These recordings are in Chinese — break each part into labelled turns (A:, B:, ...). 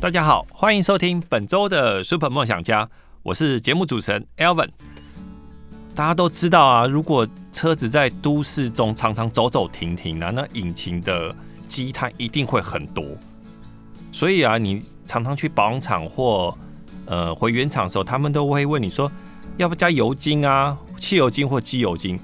A: 大家好，欢迎收听本周的 Super 梦想家，我是节目主持人 Alvin。大家都知道啊，如果车子在都市中常常走走停停啊，那引擎的积碳一定会很多。所以啊，你常常去保养厂或呃回原厂的时候，他们都会问你说要不加油精啊、汽油精或机油精。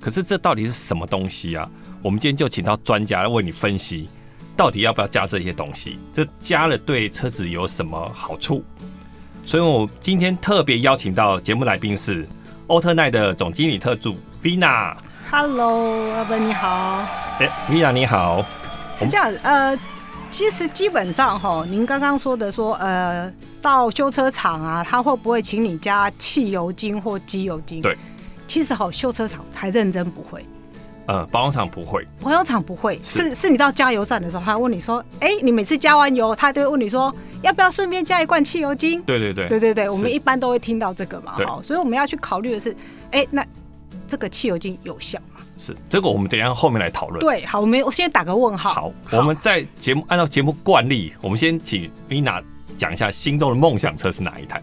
A: 可是这到底是什么东西啊？我们今天就请到专家来为你分析。到底要不要加这些东西？这加了对车子有什么好处？所以我今天特别邀请到节目来宾是欧特奈的总经理特助 Vina。
B: Hello，阿伯你好，
A: 哎、v i n a 你好。
B: 是这样子，呃，其实基本上哈，您刚刚说的说，呃，到修车厂啊，他会不会请你加汽油精或机油精？
A: 对，
B: 其实哈，修车厂还认真不会，
A: 呃，保养厂不会，
B: 保养厂不会，
A: 是
B: 是是你到加油站的时候，他会问你说，哎、你每次加完油，他都会问你说，要不要顺便加一罐汽油精？
A: 对对对，
B: 对对对，我
A: 是
B: 们一般都会听到这个嘛，
A: 对
B: 哈，所以我们要去考虑的是，哎、那这个汽油精有效吗？
A: 是这个，我们等一下后面来讨论。
B: 对，好，我们我先打个问号。
A: 好，我们在节目按照节目惯例，我们先请 Vina 讲一下心中的梦想车是哪一台？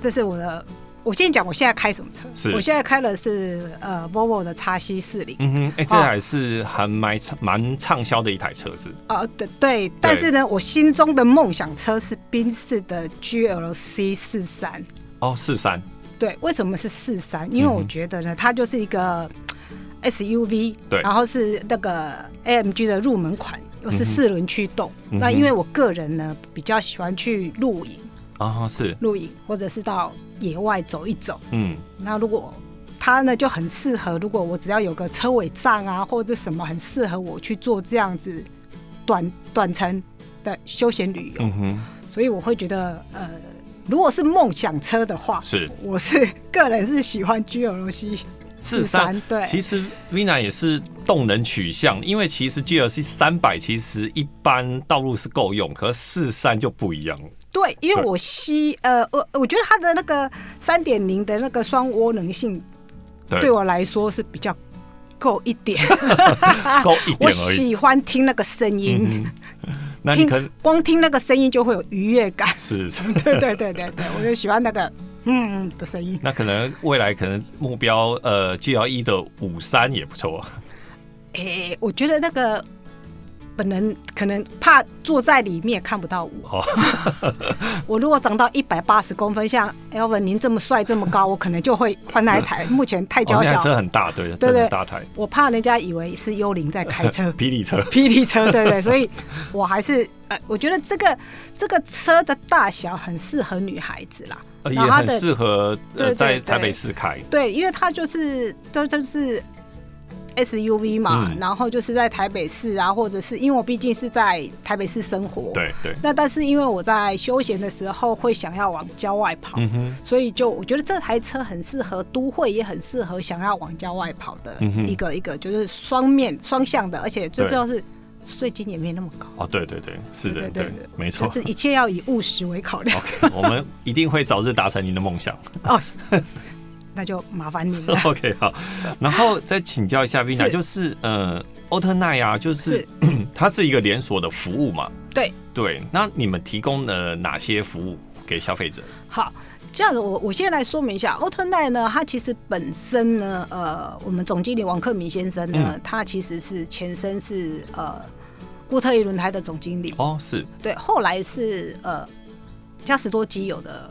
B: 这是我的，我先讲我现在开什么车。
A: 是
B: 我现在开的是呃 Volvo 的 x C 四零。
A: 嗯哼，哎、这台是还蛮蛮畅销的一台车子。
B: 啊，对对，但是呢，我心中的梦想车是宾士的 GLC 四三。
A: 哦，四三，
B: 对，为什么是四三？因为我觉得呢，它就是一个 SUV，
A: 嗯对
B: 然后是那个 AMG 的入门款，又是四轮驱动。
A: 嗯哼
B: 那因为我个人呢比较喜欢去露营，
A: 啊、是，
B: 露营或者是到野外走一走。
A: 嗯。
B: 那如果它呢就很适合，如果我只要有个车尾帐啊或者什么，很适合我去做这样子短短程的休闲旅游。
A: 嗯哼，
B: 所以我会觉得，呃，如果是梦想车的话，
A: 是
B: 我是个人是喜欢 GLC
A: 四三
B: 43对
A: 其实 Vina 也是动能取向，因为其实 GLC 三百其实一般道路是够用，可是四三就不一样了。
B: 对，因为
A: 对
B: 我吸呃，我我觉得它的那个三点零的那个双涡能性
A: 对
B: 对我来说是比较够一 点，
A: 够一点
B: 啊我
A: 而已。
B: 喜欢听那个声音，
A: 嗯哼，那你
B: 听
A: 可能
B: 光听那个声音就会有愉悦感。
A: 是， 是
B: 对对对对对，我就喜欢那个嗯的声音。
A: 那可能未来可能目标呃 GLE 的五三也不错。
B: 诶、我觉得那个本人可能怕坐在里面看不到我。
A: 哦，
B: 我如果长到一百八十公分，像 Elvin 您这么帅这么高，我可能就会换那一 台。目前太
A: 哦
B: 娇
A: 那台车
B: 小，
A: 很大，对，
B: 对
A: 真的很大台，。
B: 我怕人家以为是幽灵在开车
A: 霹雳车。
B: 霹雳车，对对，所以我还是呃，我觉得这个这个车的大小很适合女孩子啦，
A: 呃也
B: 然后它
A: 很
B: 的
A: 适合
B: 对
A: 呃
B: 对
A: 在
B: 对
A: 台北市开，
B: 对，因为它就是都就是 SUV 嘛，
A: 嗯
B: 然后就是在台北市啊，或者是因为我毕竟是在台北市生活，。
A: 对对，
B: 那但是因为我在休闲的时候会想要往郊外跑，
A: 嗯哼，
B: 所以就我觉得这台车很适合都会，也很适合想要往郊外跑的
A: 嗯哼
B: 一个一个，就是双面双向的，而且最
A: 对
B: 重要是税金也没那么高，
A: 哦，对对对，是的，
B: 对
A: 对
B: 对，
A: 没错
B: 就。是一切要以务实为考量。
A: OK，我们一定会早日达成您的梦想。
B: 哦，那就麻烦您了。
A: OK，好，然后再请教一下 Vina，
B: 是
A: 就是呃，欧特奈啊，就是
B: 是
A: 它是一个连锁的服务嘛，
B: 对，
A: 对，那你们提供了哪些服务给消费者？
B: 好，这样子我我先来说明一下，欧特奈呢，它其实本身呢，呃，我们总经理王克明先生呢，他其实是前身是呃固特异轮胎的总经理，
A: 哦，是
B: 对，后来是呃嘉实多基友的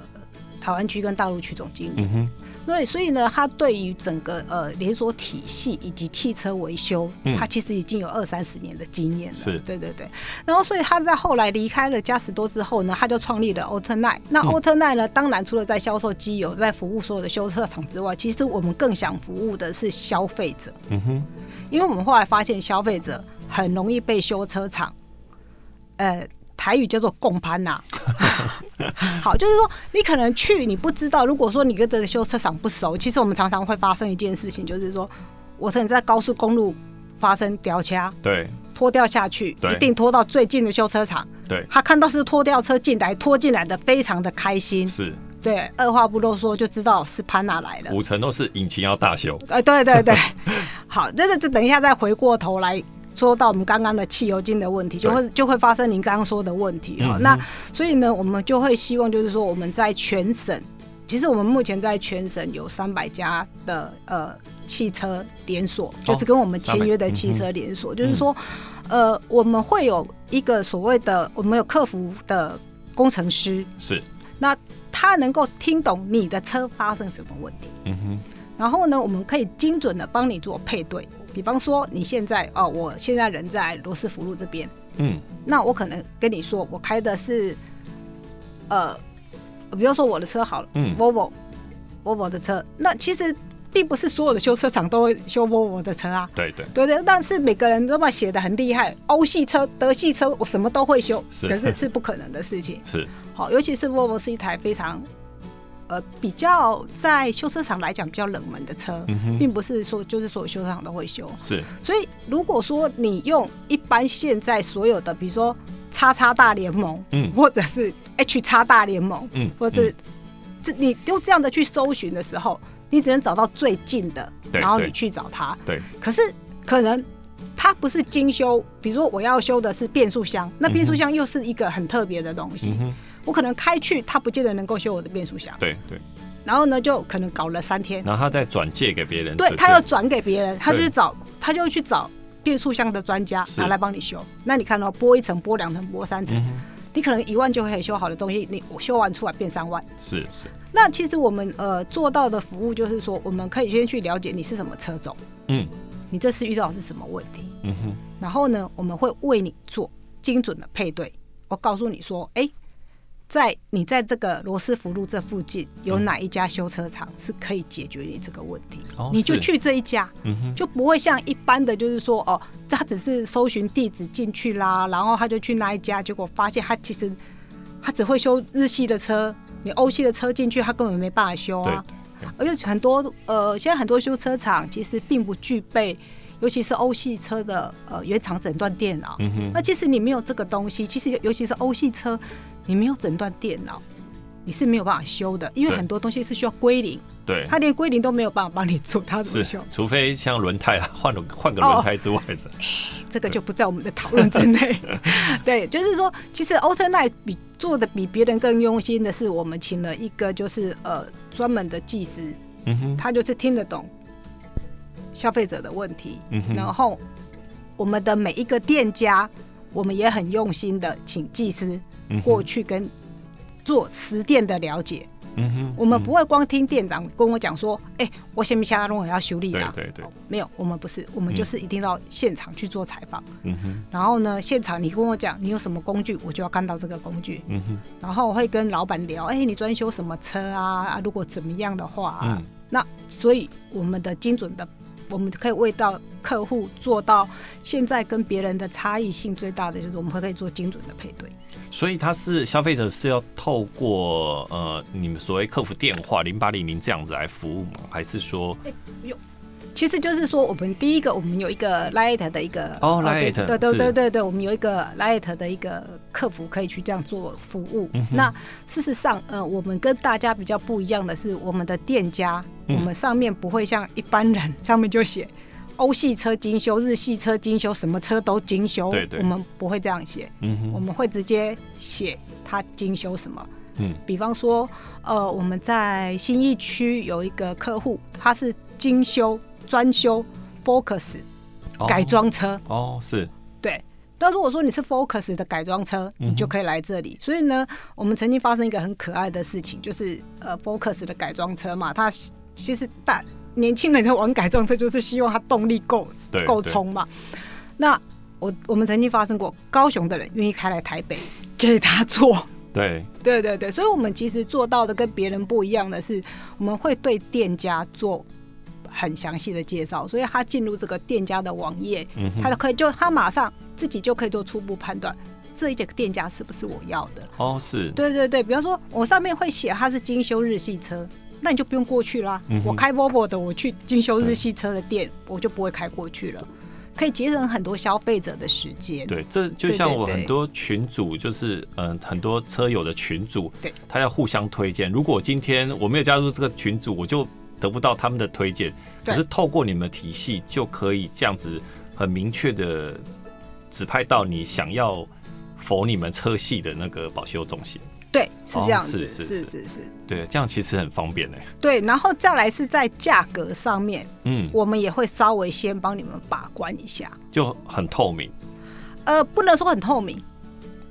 B: 台湾区跟大陆区总经理。
A: 嗯哼，
B: 对，所以呢，它对于整个呃连锁体系以及汽车维修，
A: 嗯
B: 它其实已经有二三十年的经验了。
A: 是
B: 对对对。然后，所以他在后来离开了嘉实多之后呢，他就创立了 o t e n i
A: 嗯
B: 那 o t e n i 呢，当然除了在销售机油、在服务所有的修车厂之外，其实我们更想服务的是消费者，
A: 嗯哼，
B: 因为我们后来发现消费者很容易被修车厂，呃。台语叫做“共啊攀”呐，好，就是说你可能去你不知道，如果说你跟这个修车厂不熟，其实我们常常会发生一件事情，就是说我可能在高速公路发生掉掐，
A: 对
B: 拖掉下去，
A: 对
B: 一定拖到最近的修车厂。
A: 对
B: 他看到是拖吊车进来，拖进来的非常的开心，
A: 是，
B: 对，二话不多说就知道是潘娜来了。
A: 五成都是引擎要大修，
B: 呃，对对对，好，这个这等一下再回过头来说到我们刚刚的汽油精的问题，就会就会发生您刚刚说的问题哈、
A: 嗯
B: 那所以呢，我们就会希望就是说我们在全省，其实我们目前在全省有三百家的呃汽车连锁，就是跟我们签约的汽车连锁，就是说呃我们会有一个所谓的我们有客服的工程师，
A: 是，
B: 那他能够听懂你的车发生什么问题。
A: 嗯哼，
B: 然后呢，我们可以精准的帮你做配对。比方说，你现在哦，我现在人在罗斯福路这边，
A: 嗯，
B: 那我可能跟你说，我开的是，呃，比如说我的车好了，
A: 嗯
B: v o v o v o v o 的车，那其实并不是所有的修车厂都会修 Volvo 的车啊，
A: 对对，
B: 对不对？但是每个人都把写的很厉害，欧系车、德系车，我什么都会修，
A: 是
B: 可是是不可能的事情。
A: 是，
B: 好，尤其是 Volvo 是一台非常呃比较在修车厂来讲比较冷门的车，
A: 嗯哼
B: 并不是说就是所有修车厂都会修。
A: 是，
B: 所以如果说你用一般现在所有的，比如说叉叉大联盟，
A: 嗯
B: 或者是 H 叉大联盟，
A: 嗯
B: 或者是这你用这样的去搜寻的时候，你只能找到最近的，
A: 对
B: 然后
A: 对
B: 你去找它。
A: 对，
B: 可是可能它不是精修，比如说我要修的是变速箱，那变速箱又是一个很特别的东西，
A: 嗯哼，
B: 我可能开去它不见得能够修我的变速箱，
A: 对嗯对，
B: 然后呢就可能搞了三天，
A: 然后他再转借给别人，
B: 对他要
A: 要
B: 转给别人，他就去找他就去找变速箱的专家
A: 是嗯
B: 拿来帮你修。那你看哦，剥一层、剥两层、剥三层，你可能一万就可以修好的东西，你我修完出来变三万。
A: 是是，
B: 那其实我们呃做到的服务就是说，我们可以先去了解你是什么车种，
A: 嗯
B: 你这次遇到的是什么问题，
A: 嗯哼，
B: 然后呢，我们会为你做精准的配对。我告诉你说，哎、在你在这个罗斯福路这附近有哪一家修车厂是可以解决你这个问题，
A: 哦
B: 你就是去这一家，
A: 嗯哼，
B: 就不会像一般的就是说哦，他只是搜寻地址进去啦，然后他就去那一家，结果发现他其实他只会修日系的车，你欧系的车进去他根本没办法修
A: 对
B: 啊。而且很多呃，现在很多修车厂其实并不具备，尤其是欧系车的呃原厂诊断电脑。
A: 嗯哼，
B: 那其实你没有这个东西，其实尤尤其是欧系车，你没有诊断电脑，你是没有办法修的，因为
A: 对
B: 很多东西是需要归零，
A: 对。
B: 他连归零都没有办法帮你做，他怎么
A: 是
B: 修？，
A: 除非像轮胎啦，换了换个轮
B: 哦
A: 胎之外的，
B: 这个就不在我们的讨论之 内。对，就是说，其实 o t e n i 比做的比别人更用心的是，我们请了一个就是呃专门的技师，
A: 嗯哼，
B: 他就是听得懂消费者的问题，
A: 嗯哼
B: 然后我们的每一个店家，我们也很用心的请技师
A: 嗯哼
B: 过去跟做实店的了解。
A: 嗯哼，
B: 我们不会光听店长跟我讲说，哎、我下面下弄也要修理啦。
A: 对对对
B: 哦没有，我们不是，我们就是一定到现场去做采访。
A: 嗯哼，
B: 然后呢，现场你跟我讲你有什么工具，我就要看到这个工具。
A: 嗯哼，
B: 然后我会跟老板聊，哎、你专修什么车啊？啊，如果怎么样的话、啊，
A: 嗯
B: 那所以我们的精准的，我们可以为到客户做到现在跟别人的差异性最大的就是我们可以做精准的配对。
A: 所以他是消费者是要透过呃你们所谓客服电话零八零零这样子来服务吗？还是说
B: 其实就是说，我们第一个，我们有一个 Light 的一个
A: 哦
B: 呃对
A: Lite，
B: 对对
A: 是
B: 对对对，我们有一个 Light 的一个客服可以去这样做服务。
A: 嗯
B: 那事实上，呃，我们跟大家比较不一样的是，我们的店家，我
A: 嗯
B: 们上面不会像一般人上面就写欧系车精修、日系车精修，什么车都精修，
A: 对对
B: 我们不会这样写，
A: 嗯
B: 我
A: 哼
B: 们会直接写它精修什么。
A: 嗯
B: 比方说，呃，我们在新义区有一个客户，他是精修专修 Focus
A: 哦
B: 改装车，
A: 哦是
B: 对。那如果说你是 Focus 的改装车，你就可以来这里。所以呢，我们曾经发生一个很可爱的事情，就是呃，Focus 的改装车嘛，它其实大年轻人的玩改装车就是希望它动力够
A: 对
B: 够
A: 对
B: 冲嘛。那我我们曾经发生过，高雄的人愿意开来台北给他做，
A: 对
B: 对对对，所以我们其实做到的跟别人不一样的是，我们会对店家做很详细的介绍，所以他进入这个店家的网页，
A: 嗯哼
B: 他就可以就他马上自己就可以做初步判断，这一家店家是不是我要的。
A: 哦是，
B: 对对对，比方说我上面会写它是精修日系车，那你就不用过去啦。
A: 嗯哼
B: 我开 Volvo 的，我去精修日系车的店，我就不会开过去了，可以节省很多消费者的时间。
A: 对，这就
B: 对
A: 像
B: 对
A: 我
B: 对
A: 很多群主，就是嗯、呃很多车友的群主，
B: 对，
A: 他要互相推荐。如果今天我没有加入这个群组，我就得不到他们的推荐。可
B: 对
A: 是透过你们的体系，就可以这样子很明确的指派到你想要否你们车系的那个保修中心。
B: 对，是这样
A: 哦是
B: 子，
A: 是
B: 是
A: 是
B: 是是，
A: 对，这样其实很方便呢。欸
B: 对。然后再来是在价格上面，
A: 嗯，
B: 我们也会稍微先帮你们把关一下，
A: 就很透明。
B: 呃，不能说很透明，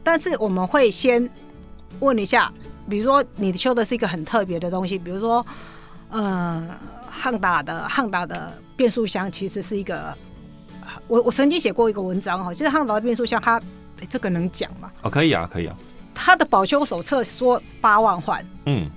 B: 但是我们会先问一下，比如说你修的是一个很特别的东西，比如说，呃，汉达的汉达的变速箱其实是一个，我我曾经写过一个文章哈，就是汉达的变速箱它，诶这个能讲吗？
A: 哦，可以啊，可以啊。
B: 它的保修手册说八万换，
A: 嗯，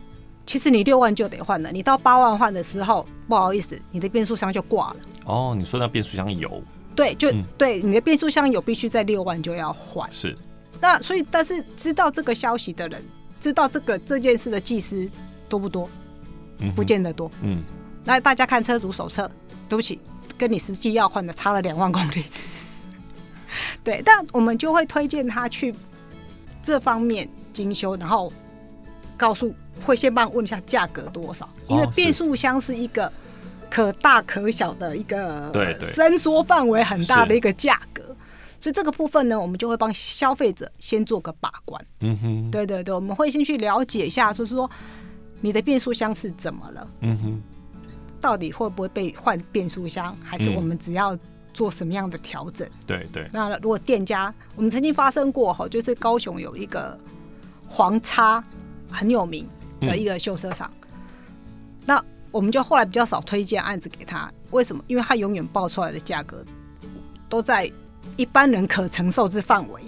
B: 其实你六万就得换了，你到八万换的时候，不好意思，你的变速箱就挂了。
A: 哦，你说那变速箱油
B: 对，就、
A: 嗯
B: 对你的变速箱有必须在六万就要换。
A: 是
B: 那所以，但是知道这个消息的人，知道这个这件事的技师多不多？
A: 嗯哼
B: 不见得多。
A: 嗯，
B: 那大家看车主手册，对不起，跟你实际要换的差了两万公里。 对，但我们就会推荐他去这方面精修，然后告诉会先帮问一下价格多少，因为
A: 哦是
B: 变速箱是一个可大可小的一个呃
A: 对对
B: 伸缩范围很大
A: 是
B: 的一个价格。所以这个部分呢，我们就会帮消费者先做个把关。
A: 嗯哼，
B: 对对对，我们会先去了解一下，就是说你的变速箱是怎么了，
A: 嗯哼，
B: 到底会不会被换变速箱，还是我们只要做什么样的调整？
A: 对对，
B: 那如果店家，我们曾经发生过哈，就是高雄有一个黄叉很有名的一个修车厂，那我们就后来比较少推荐案子给他，为什么？因为他永远报出来的价格都在一般人可承受之范围。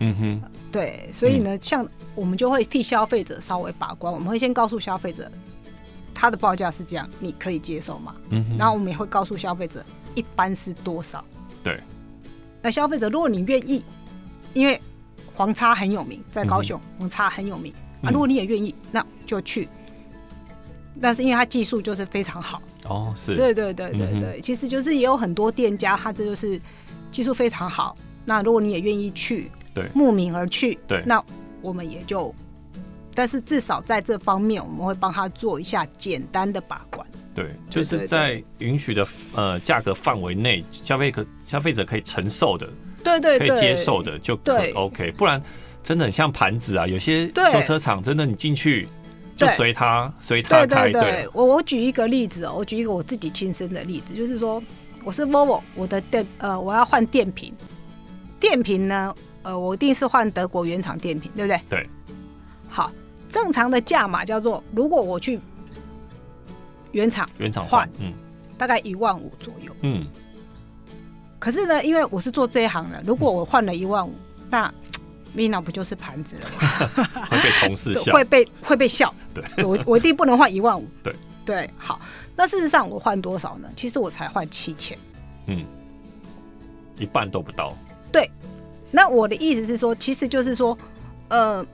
A: 嗯哼。
B: 对，所以呢，
A: 嗯
B: 像我们就会替消费者稍微把关，我们会先告诉消费者，它的报价是这样，你可以接受吗？
A: 嗯哼，
B: 然后我们也会告诉消费者一般是多少。
A: 对，
B: 那消费者如果你愿意，因为黄叉很有名，在高雄、黄叉很有名啊，
A: 嗯
B: 如果你也愿意，那就去。但是因为它技术就是非常好，
A: 哦，是，
B: 对对对
A: 嗯
B: 对
A: 哼
B: 对，其实就是也有很多店家，他这就是技术非常好。那如果你也愿意去，
A: 对
B: 慕名而去，
A: 对
B: 那我们也就，但是至少在这方面，我们会帮他做一下简单的把关。
A: 对，就
B: 对
A: 是
B: 对
A: 在允许的呃价格范围内，消费可消费者可以承受的、
B: 对对
A: 可
B: 对，
A: 以接受。的就可
B: 对
A: OK，不然真的很像盘子啊。有些
B: 对
A: 修车厂真的你进去就
B: 对
A: 随他随他
B: 对
A: 开，
B: 对对，我我举一个例子哦，我举一个我自己亲身的例子，就是说我是 Volvo，我的电呃我要换电瓶，电瓶呢，呃我一定是换德国原厂电瓶，对不对？
A: 对。
B: 好，正常的价码叫做，如果我去原厂
A: 原厂
B: 换
A: 换，嗯
B: 大概一万五左右，
A: 嗯，
B: 可是呢，因为我是做这一行的，如果我换了一万五，那 Mina 不就是盘子了吗？
A: 会被同事笑
B: 会，被会被笑。
A: 对，
B: 我我一定不能换一万五。
A: 对
B: 对，好。那事实上我换多少呢？其实我才换七千。
A: 嗯，一半都不到，
B: 那我的意思是说，其实就是说，呃，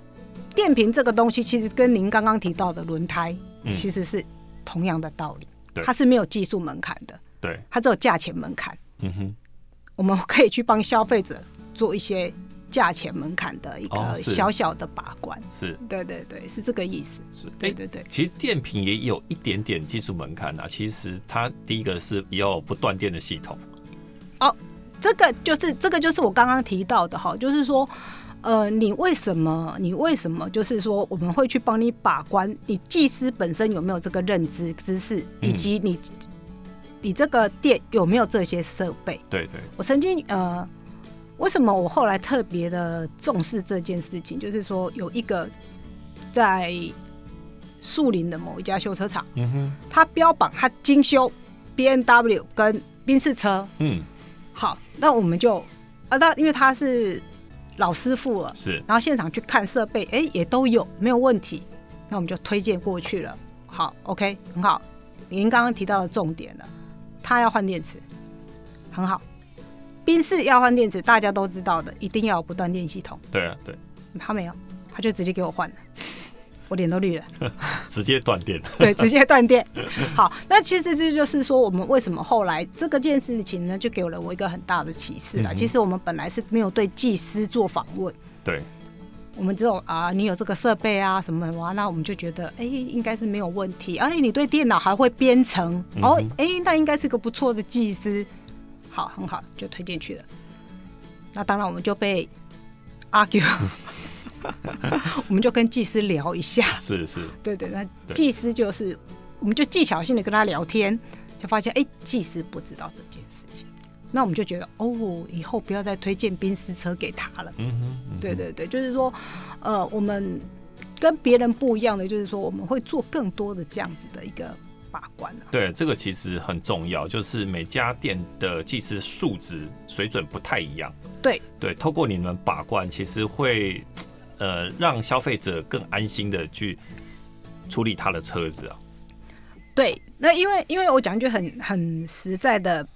B: 电瓶这个东西其实跟您刚刚提到的轮胎、
A: 嗯
B: 其实是同样的道理
A: 对，
B: 它是没有技术门槛的，
A: 对，
B: 它只有价钱门槛。
A: 嗯哼，
B: 我们可以去帮消费者做一些价钱门槛的一
A: 哦
B: 个
A: 是
B: 小小的把关。
A: 是
B: 对对对，是这个意思。
A: 是，
B: 对
A: 诶
B: 对对
A: 其实电瓶也有一点点技术门槛啊。其实它第一个是要有不断电的系统，
B: 这个就是这个就是我刚刚提到的哈，就是说，呃，你为什么你为什么就是说我们会去帮你把关，你技师本身有没有这个认知知识，以及你、你这个店有没有这些设备？
A: 对对，
B: 我曾经呃，为什么我后来特别的重视这件事情，就是说有一个在树林的某一家修车厂，
A: 嗯哼，
B: 它标榜它精修 B N W 跟宾士车。
A: 嗯，
B: 好，那我们就啊，那因为他是老师傅了，
A: 是
B: 然后现场去看设备，哎、也都有，没有问题。那我们就推荐过去了。好，OK，很好。您刚刚提到的重点了，他要换电池，很好。宾士要换电池，大家都知道的，一定要有不断电系统。
A: 对啊，对，
B: 他没有，他就直接给我换了，我脸都 绿了。
A: 直接断电，
B: 对，直接断电。好，那其实这就是说，我们为什么后来这个件事情呢，就给了我一个很大的启示了。
A: 嗯哼
B: 其实我们本来是没有对技师做访问，
A: 对，
B: 我们只有啊，你有这个设备啊什么哇、那我们就觉得哎、应该是没有问题。而、且你对电脑还会编程，哦，哎、那应该是个不错的技师。好，很好，就推荐去了。那当然，我们就被 argue，我们就跟技师聊一下。
A: 是是，
B: 对对，那
A: 对
B: 技师就是，我们就技巧性的跟他聊天，就发现哎，技师不知道这件事情，那我们就觉得哦，以后不要再推荐宾士车给他了。
A: 嗯哼，嗯
B: 对对对，就是说，呃，我们跟别人不一样的，就是说我们会做更多的这样子的一个把关啊。
A: 对，这个其实很重要，就是每家店的技师素质水准不太一样。
B: 对
A: 对，透过你们把关，其实会呃让消费者更安心的去处理他的车子啊。
B: 对，那因为因为我讲一句很很实在的，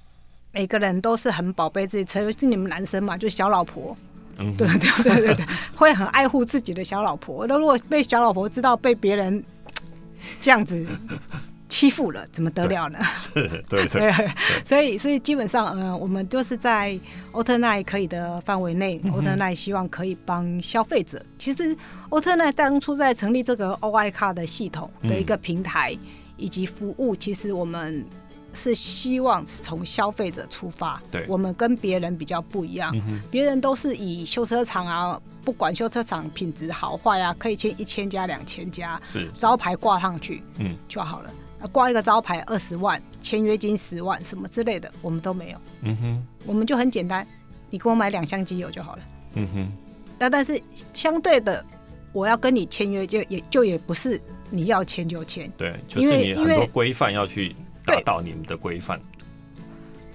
B: 每个人都是很宝贝自己车，尤其是你们男生嘛，就是小老婆。
A: 嗯
B: 对对对对对，会很爱护自己的小老婆。那如果被小老婆知道被别人这样子欺负了，怎么得了呢？
A: 是，对对
B: 对， 所以所以基本上，嗯、我们就是在 o t e r n i 可以的范围内 o t e r n i 希望可以帮消费者。其实 o t e r n i 当初在成立这个 OI 卡的系统的一个平台以及服务，其实我们。是希望从消费者出发，
A: 对
B: 我们跟别人比较不一样，别、人都是以修车厂啊，不管修车厂品质好坏啊，可以签一千家、两千家，
A: 是，
B: 招牌挂上去，
A: 嗯，
B: 就好了。啊挂一个招牌二十万，签约金十万什么之类的，我们都没有，
A: 嗯哼，
B: 我们就很简单，你给我买两箱机油就好了。
A: 嗯哼，
B: 那但是相对的，我要跟你签约就也就也不是你要签就签，
A: 对，就
B: 因
A: 是
B: 为
A: 你很
B: 因
A: 多
B: 为
A: 规范要去达
B: 对
A: 到你们的规范。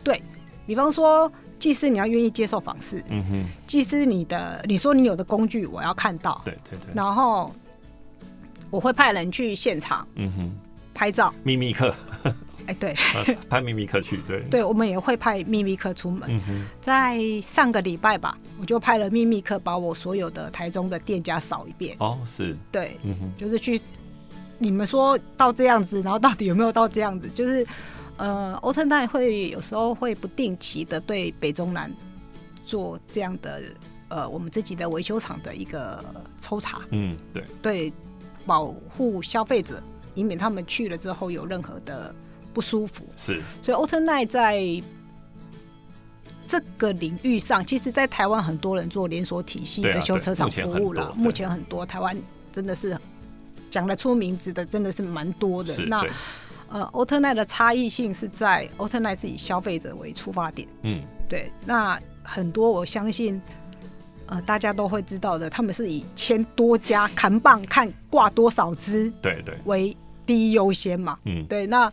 B: 对比方说，技师你要愿意接受访视，
A: 嗯哼，
B: 技师你的你说你有的工具我要看到，
A: 对对对，
B: 然后我会派人去现场
A: 嗯哼，
B: 拍照，
A: 秘密课，
B: 哎，对
A: 拍秘密课去，对，
B: 对，我们也会派秘密客出门，
A: 嗯哼，
B: 在上个礼拜吧，我就派了秘密客把我所有的台中的店家扫一遍。
A: 哦，是，
B: 对，
A: 嗯哼，
B: 就是去你们说到这样子，然后到底有没有到这样子？就是呃，欧特奈会有时候会不定期的对北中南做这样的呃我们自己的维修厂的一个抽查，
A: 嗯，对，
B: 对，保护消费者，以免他们去了之后有任何的不舒服。
A: 是，
B: 所以 o t e n i 在这个领域上，其实，在台湾很多人做连锁体系
A: 对啊
B: 的修车厂
A: 对
B: 服
A: 目前很多
B: 务啦，
A: 对
B: 目前很多台湾真的是讲得出名字的，真的是蛮多的
A: 是，。
B: 那
A: 对，
B: 呃 o t e n i 的差异性是在 o t e n i 是以消费者为出发点，
A: 嗯，
B: 对，那很多我相信。呃，大家都会知道的，他们是以签多家扛棒看挂多少支
A: 对对，
B: 为第一优先嘛。
A: 嗯
B: 对，那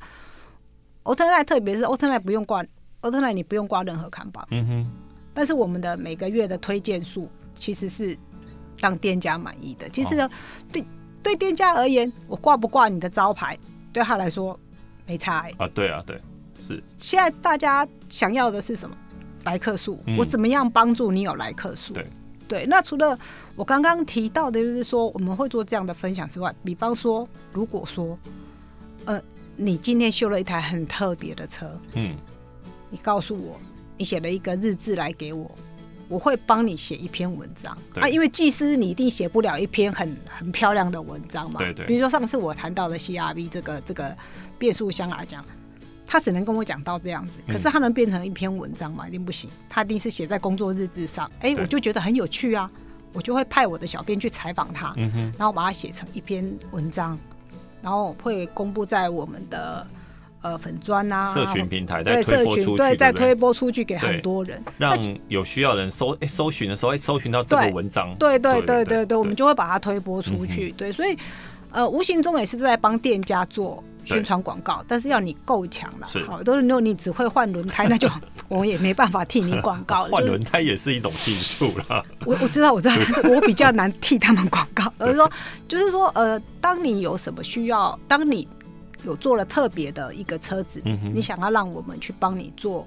B: 欧特奈特别是欧特奈不用挂，欧特奈你不用挂任何看板，
A: 嗯哼，
B: 但是我们的每个月的推荐数其实是让店家满意的。其实呢，对对店家而言，我挂不挂你的招牌，对他来说没差、欸。
A: 啊，对啊，对，是，
B: 现在大家想要的是什么？来客数，
A: 嗯
B: 我怎么样帮助你有来客数？
A: 对
B: 对，那除了我刚刚提到的，就是说我们会做这样的分享之外，比方说，如果说，呃，你今天修了一台很特别的车，
A: 嗯，
B: 你告诉我，你写了一个日志来给我，我会帮你写一篇文章
A: 对
B: 啊，因为技师你一定写不了一篇很很漂亮的文章嘛。
A: 对对
B: 比如说上次我谈到的 CRV 这个这个变速箱来讲，他只能跟我讲到这样子，可
A: 嗯
B: 是他能变成一篇文章吗？一定不行，他一定是写在工作日志上。哎、
A: 对
B: 我就觉得很有趣啊，我就会派我的小编去采访他，
A: 嗯哼，
B: 然后把它写成一篇文章，然后会公布在我们的。呃，粉砖啊，
A: 社群平台再
B: 对
A: 推
B: 社
A: 播出
B: 群，
A: 去，
B: 对，
A: 对，
B: 再
A: 不对
B: 推播出去给很多人。
A: 让有需要的人搜、诶搜寻的时候，哎、搜寻到这个
B: 对
A: 文章。嗯
B: 对对对对对，我们就会把它推播出去。对，所以呃，无形中也是在帮店家做
A: 对
B: 宣传广告，但是要你够强了
A: 是。
B: 好，都是如果你只会换轮胎，那 就我也没办法替你广告了。
A: 换
B: 就是
A: 轮胎也是一种技术啦。
B: 我我知道，我知道，但是我比较难替他们广告。而是说，就是说，呃，当你有什么需要，当你有做了特别的一个车子，
A: 嗯哼
B: 你想要让我们去帮你做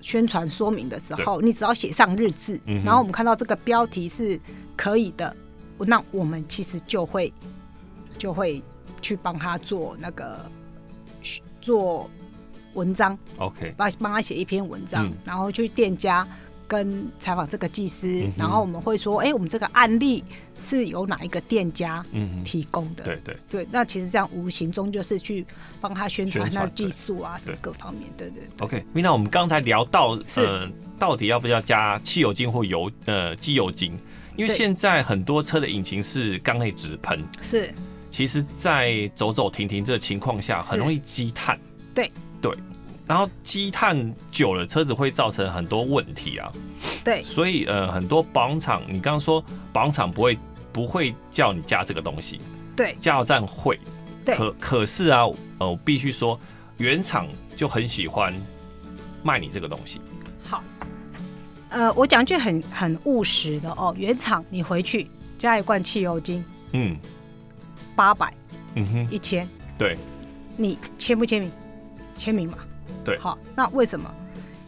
B: 宣传说明的时候，你只要写上日志，
A: 嗯哼
B: 然后我们看到这个标题是可以的，那我们其实就会就会去帮他做那个做文章，
A: OK，
B: 帮帮他写一篇文章，
A: 嗯
B: 然后去店家跟采访这个技师，
A: 嗯哼
B: 然后我们会说，哎、我们这个案例是由哪一个店家
A: 嗯哼，
B: 提供的？
A: 对对，
B: 对那其实这样无形中就是去帮他宣传
A: 宣
B: 他
A: 传
B: 的技术啊，什么
A: 对
B: 各方面，对对对。
A: OK，米娜，我们刚才聊到，
B: 是
A: 呃，到底要不要加汽油精或油呃机油精？因为
B: 对
A: 现在很多车的引擎是缸内直喷，
B: 是
A: 其实，在走走停停这个情况下，
B: 是
A: 很容易积碳。
B: 对
A: 对，然后积碳久了，车子会造成很多问题啊。
B: 对
A: 所以呃，很多保养厂，你刚刚说保养厂不会不会叫你加这个东西，
B: 对
A: 加油站会。
B: 对
A: 可可是啊，呃，我必须说，原厂就很喜欢卖你这个东西。
B: 好。呃，我讲句很很务实的哦，原厂你回去加一罐汽油精，
A: 嗯
B: 八百
A: 嗯哼，
B: 一千，
A: 对，
B: 你签不签名？签名嘛。
A: 对
B: 好，那为什么？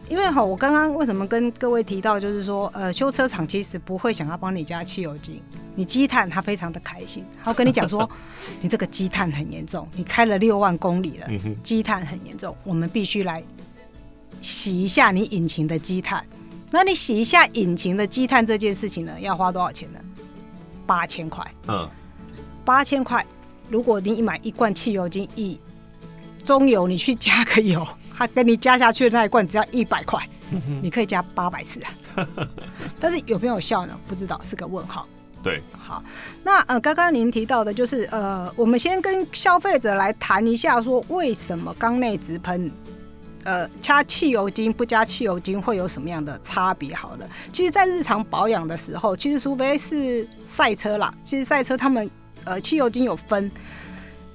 B: 因为哈，我刚刚为什么跟各位提到，就是说，呃，修车厂其实不会想要帮你加汽油精，你积碳他非常的开心，他会跟你 讲说，你这个积碳很严重，你开了六万公里了
A: 嗯哼，
B: 积碳很严重，我们必须来洗一下你引擎的积碳。那你洗一下引擎的积碳这件事情呢，要花多少钱呢？八千块。
A: 嗯，
B: 八千块，如果你买一罐汽油精，一中油你去加个油， 它跟你加下去的那一罐只要一百块，你可以加八百次啊。 但是有没有效呢？不知道，是个问号。
A: 对，
B: 好，那呃，刚刚您提到的就是呃，我们先跟消费者来谈一下，说为什么缸内直喷。呃，加汽油精不加汽油精会有什么样的差别？好了，其实，在日常保养的时候，其实除非是赛车啦，其实赛车他们呃汽油精有分，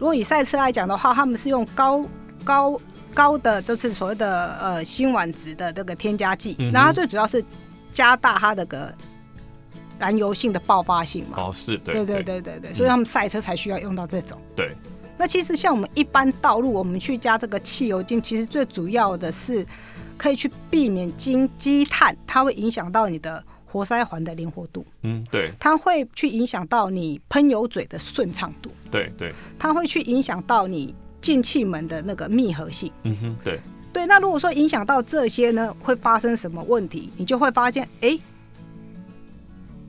B: 如果以赛车来讲的话，他们是用高高高的，就是所谓的呃辛烷值的这个添加剂，
A: 嗯哼
B: 然后它最主要是加大它的个燃油性的爆发性嘛。
A: 哦，是对
B: 对对
A: 对
B: 对对对，所以他们赛车才需要用到这种。
A: 对，
B: 那其实像我们一般道路，我们去加这个汽油精，其实最主要的是可以去避免经积碳，它会影响到你的活塞环的灵活度，
A: 嗯，对
B: 它会去影响到你喷油嘴的顺畅度，
A: 对对，
B: 它会去影响到你进气门的那个密合性。
A: 嗯哼，对，
B: 对，那如果说影响到这些呢，会发生什么问题？你就会发现，哎，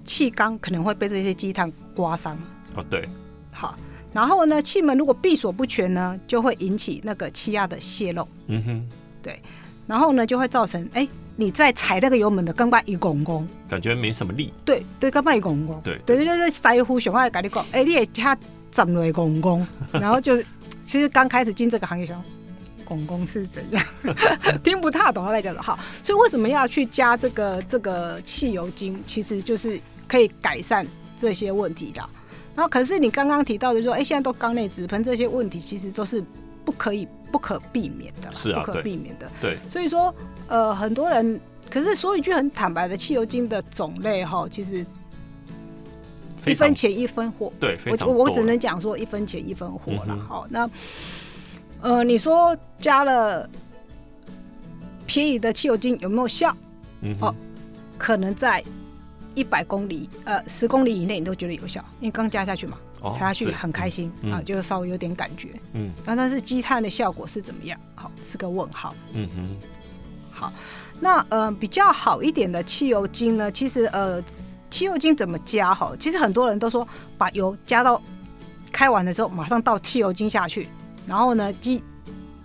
B: 气缸可能会被这些积碳刮伤。
A: 哦对，
B: 好，然后呢，气门如果闭锁不全呢，就会引起那个气压的泄漏，
A: 嗯哼，
B: 然后呢，就会造成哎，你在踩那个油门的钢板一拱拱，
A: 感觉没什么力。
B: 对对，钢板一拱拱，
A: 对
B: 对，就是塞呼熊爱跟你讲，哎，你也加怎么 拱拱，然后就是，其实刚开始进这个行业想。拱拱是怎 样？听不太懂他在讲的。好，所以为什么要去加这个这个汽油精？其实就是可以改善这些问题的。然后，可是你刚刚提到的说，哎、现在都缸内直喷这些问题，其实都是不可以、不可避免的啦，
A: 是啊
B: 不可
A: 对
B: 避免的。
A: 对，
B: 所以说，呃，很多人，可是说一句很坦白的，汽油精的种类哈，其实
A: 非
B: 一
A: 常
B: 分钱一分货。
A: 对，非
B: 我
A: 常
B: 我我
A: 多
B: 只能讲说一分钱一分货
A: 嗯
B: 啦
A: 哼。
B: 好、那呃，你说加了便宜的汽油精有没有效？
A: 嗯
B: 哦
A: 哼，
B: 可能在一百公里呃十公里以内你都觉得有效，因为刚加下去嘛，
A: 哦
B: 踩下去
A: 是
B: 很开心、
A: 嗯
B: 啊，就稍微有点感觉。
A: 嗯
B: 那但是积碳的效果是怎么样？好，是个问号。
A: 嗯哼，
B: 好，那呃比较好一点的汽油精呢，其实呃汽油精怎么加哈？其实很多人都说把油加到开完的时候，马上倒汽油精下去，然后呢机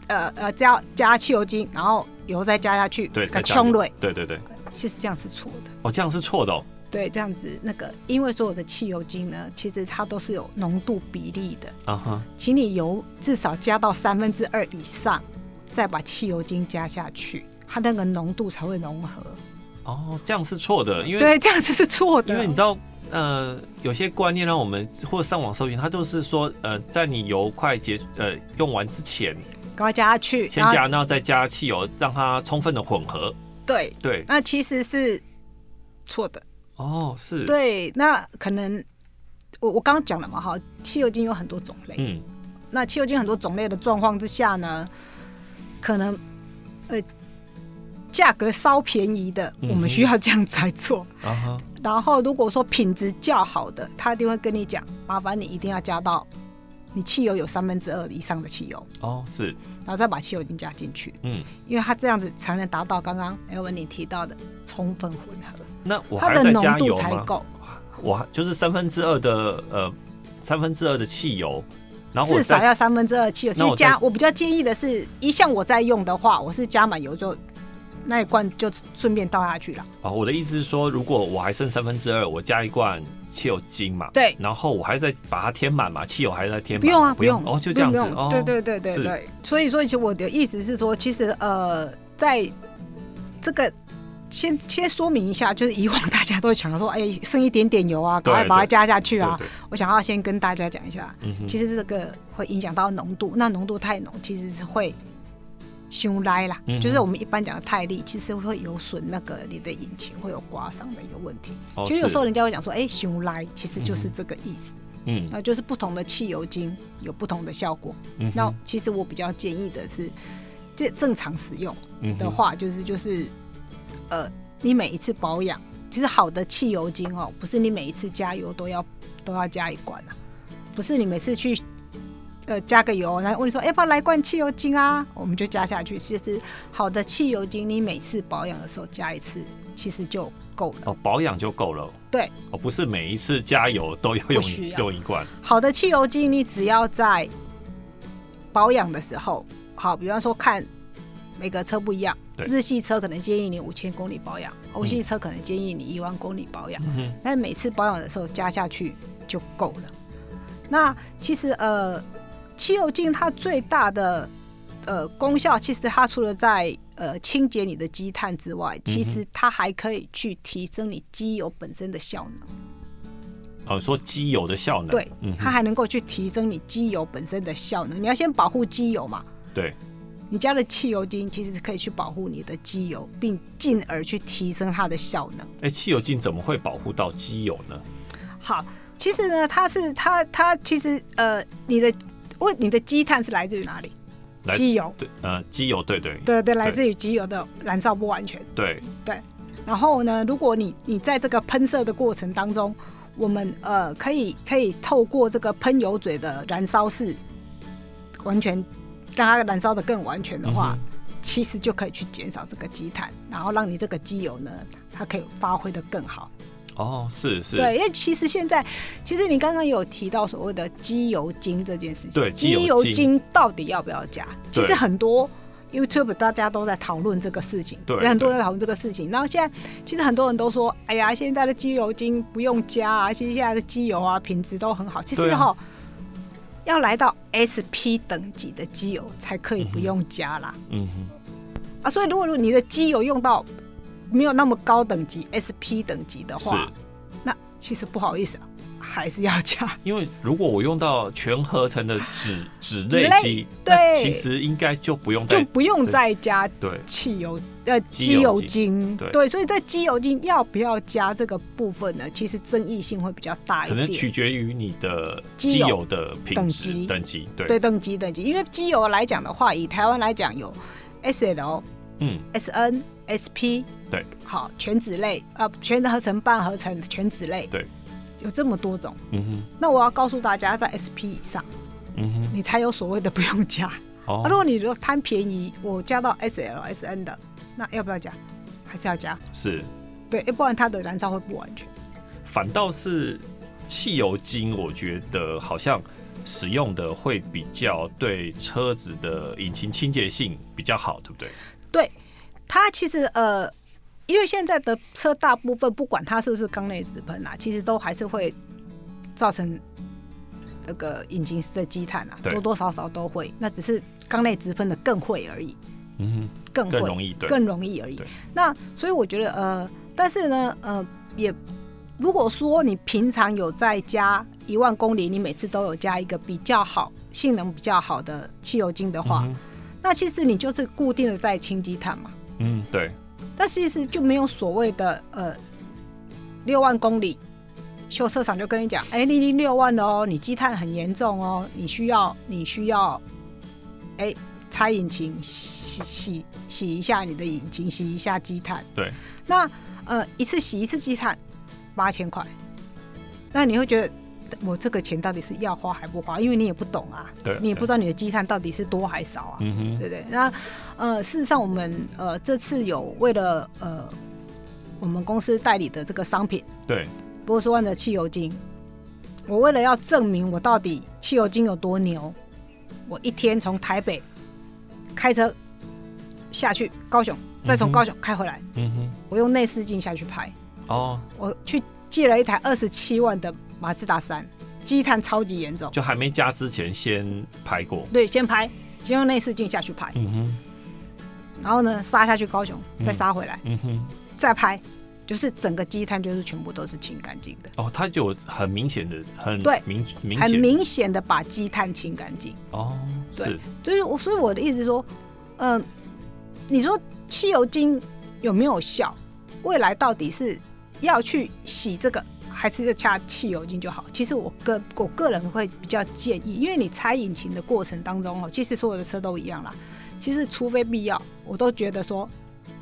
B: 呃呃加加汽油精，然后油再加下去，
A: 对，
B: 给
A: 再加
B: 冲
A: 油
B: 蕊，
A: 对对对，
B: 其实这样是错的。
A: 哦，这样是错的哦，
B: 对，这样子那个，因为所有的汽油精呢，其实它都是有浓度比例的，
A: 啊哈，
B: 请你油至少加到三分之二以上，再把汽油精加下去，它那个浓度才会融合。
A: 哦，这样是错的，因为
B: 对，这样子是错的。啊
A: 因为你知道，呃有些观念让我们或者上网搜寻，它都是说呃在你油快结呃用完之前，
B: 赶快加下去，
A: 先
B: 然后
A: 加，然后再加汽油，让它充分的混合。
B: 对，
A: 对，
B: 那其实是错的。
A: 哦，是，，
B: 对，那可能我我刚刚讲了嘛哈，汽油精有很多种类。
A: 嗯，
B: 那汽油精很多种类的状况之下呢，可能呃价格稍便宜的，
A: 嗯哼
B: 我们需要这样才做。
A: 啊哈，
B: 然后如果说品质较好的，他一定会跟你讲，麻烦你一定要加到你汽油有三分之二以上的汽油，
A: 哦，是，
B: 然后再把汽油精加进去，
A: 嗯，
B: 因为它这样子才能达到刚刚 L 文你提到的充分混合，
A: 那我
B: 它
A: 还要
B: 的
A: 再
B: 浓
A: 加
B: 度
A: 油
B: 才
A: 吗？啊
B: 够，
A: 我还就是三分之二的呃三分之二的汽油，然后我
B: 至少
A: 再
B: 要三分之二汽油。其
A: 那
B: 实
A: 我再
B: 加我比较建议的是，一像我在用的话，我是加满油就那一罐就顺便倒下去了。
A: 哦，我的意思是说，如果我还剩三分之二，我加一罐汽油精嘛，
B: 对
A: 然后我还在把它填满嘛，汽油还在填满，
B: 不用啊，
A: 不
B: 用，
A: 哦，就这样子
B: 不，用不
A: 哦
B: 用，对对对对
A: 是
B: 对。所以说，其实我的意思是说，其实呃，在这个先先说明一下，就是以往大家都想说，哎、剩一点点油啊，赶快
A: 对
B: 把它
A: 对
B: 加下去
A: 对
B: 啊。
A: 对，
B: 我想要先跟大家讲一下，
A: 嗯哼，
B: 其实这个会影响到浓度，那浓度太浓其实是会修来啦，
A: 嗯哼
B: 就是我们一般讲的太力，其实会有损那个你的引擎会有刮伤的一个问题。
A: 哦
B: 其实有时候
A: 是
B: 人家会讲说，哎、修来其实就是这个意思，
A: 嗯
B: 那就是不同的汽油精有不同的效果。
A: 嗯哼
B: 那其实我比较建议的是，这正常使用
A: 嗯哼
B: 的话，就是就是呃，你每一次保养，其实好的汽油精哦，不是你每一次加油都要都要加一罐啊，不是你每次去。呃，加个油，然后问你说，哎要不要来罐汽油精啊？我们就加下去。其实好的汽油精，你每次保养的时候加一次，其实就够了。
A: 哦保养就够了，
B: 对，
A: 哦不是每一次加油都要用
B: 不需要
A: 用一罐，
B: 好的汽油精，你只要在保养的时候，好，比方说看每个车不一样，
A: 对
B: 日系车可能建议你五千公里保养，欧系车可能建议你一万公里保养，
A: 嗯哼
B: 但每次保养的时候加下去就够了。那其实呃，汽油精它最大的呃功效，其实它除了在呃清洁你的积碳之
A: 嗯
B: 外，其实它还可以去提升你机油本身的效能。
A: 哦说机油的效能，
B: 对，
A: 嗯
B: 它
A: 哼，
B: 还能够去提升你机油本身的效能。你要先保护机油嘛，
A: 对，
B: 你加了汽油精其实是可以去保护你的机油，并进而去提升它的效能。
A: 哎汽油精怎么会保护到机油呢？
B: 好，其实呢，它是它它其实呃，你的问你的积碳是来自于哪里？
A: 来
B: 机油，
A: 对呃机油对对
B: 对对，来自于机油的燃烧不完全。
A: 对，
B: 然后呢，如果你你在这个喷射的过程当中，我们呃可以可以透过这个喷油嘴的燃烧室，完全让它燃烧的更完全的话，其实就可以去减少这个积碳，然后让你这个机油呢，它可以发挥的更好。
A: 哦是是，
B: 对，因为其实现在，其实你刚刚有提到所谓的机油精这件事情，
A: 对
B: 机
A: 机油
B: 油
A: 精
B: 精到底要不要加？其实
A: 对
B: 很多 YouTube 大家都在讨论这个事情，
A: 对
B: 有很多
A: 对
B: 人在讨论这个事情。然后现在其实很多人都说，哎呀，现在的机油精不用加啊，其实现在的机油啊品质都很好。其实
A: 对啊
B: 哈、要来到 SP 等级的机油才可以不用加啦。
A: 嗯哼。
B: 啊，所以如果如果你的机油用到没有那么高等级 SP 等级的话
A: 是，
B: 那其实不好意思啊，还是要加。
A: 因为如果我用到全合成的脂脂
B: 脂
A: 类
B: 类
A: 基，
B: 对
A: 那其实应该就不用
B: 就
A: 再
B: 不用再加
A: 对
B: 汽油呃
A: 机
B: 机
A: 油
B: 油
A: 精
B: 精，
A: 对
B: 对，所以在机油精要不要加这个部分呢，其实争议性会比较大
A: 可
B: 一
A: 能
B: 点。
A: 取决于你的
B: 机
A: 机
B: 油
A: 油的品质
B: 等级
A: 等级，对，
B: 对等级等级，因为机油来讲的话，以台湾来讲有 SL、
A: 嗯，
B: SN、SP，
A: 对，
B: 好全脂类啊、呃全合成、半合成、全脂类，
A: 对，
B: 有这么多种。
A: 嗯哼，
B: 那我要告诉大家，在 SP 以上，
A: 嗯哼，
B: 你才有所谓的不用加。啊，如
A: 哦，
B: 果你如果贪便宜，我加到 SL、SN 的，那要不要加？还是要加？
A: 是，
B: 对，要不然它的燃烧会不完全。
A: 反倒是汽油精，我觉得好像使用的会比较对车子的引擎清洁性比较好，对不对？
B: 对，它其实呃，因为现在的车大部分不管它是不是缸内直喷啊，其实都还是会造成那个引擎的积碳啊，
A: 对
B: 多多少少都会。那只是缸内直喷的更会而已，
A: 嗯
B: 更
A: 哼，
B: 会
A: 更容易对，
B: 更容易而已
A: 对。
B: 那所以我觉得呃，但是呢呃，也如果说你平常有在加一万公里，你每次都有加一个比较好、性能比较好的汽油精的话，
A: 嗯哼
B: 那其实你就是固定的在清积碳嘛。
A: 嗯，对，
B: 但其实就没有所谓的呃六万公里，修车厂就跟你讲，哎、你已经六万了哦，你积碳很严重哦，你需要你需要，哎、擦引擎洗洗洗一下你的引擎，洗一下积碳。
A: 对，
B: 那呃一次洗一次积碳八千块，那你会觉得。我这个钱到底是要花还不花？因为你也不懂啊，
A: 对
B: 你也不
A: 对
B: 知道你的积碳到底是多还少啊。
A: 嗯哼，
B: 对不对？那呃，事实上我们呃这次有为了呃我们公司代理的这个商品
A: 对，
B: 波斯湾的汽油精，我为了要证明我到底汽油精有多牛，我一天从台北开车下去高雄，再
A: 嗯
B: 从
A: 哼
B: 高雄开回来，
A: 嗯哼，
B: 我用内视镜下去拍，
A: 哦，
B: 我去借了一台二十七万的马自达三，积碳超级严重，
A: 就还没加之前先拍过，
B: 对，先拍，先用内视镜下去拍，
A: 嗯哼，
B: 然后呢杀下去高雄，再杀回来。
A: 嗯哼，
B: 再拍，就是整个积碳就是全部都是清干净的，
A: 哦，它就有很明显的，很
B: 对
A: 明明
B: 很
A: 显
B: 明显的把积碳清干净。
A: 哦，
B: 对
A: 是，
B: 就是我，所以我的意思是说，嗯、你说汽油精有没有效？未来到底是要去洗这个，还是就掐汽油精就好？其实我个我个人会比较建议，因为你拆引擎的过程当中哦，其实所有的车都一样啦。其实除非必要，我都觉得说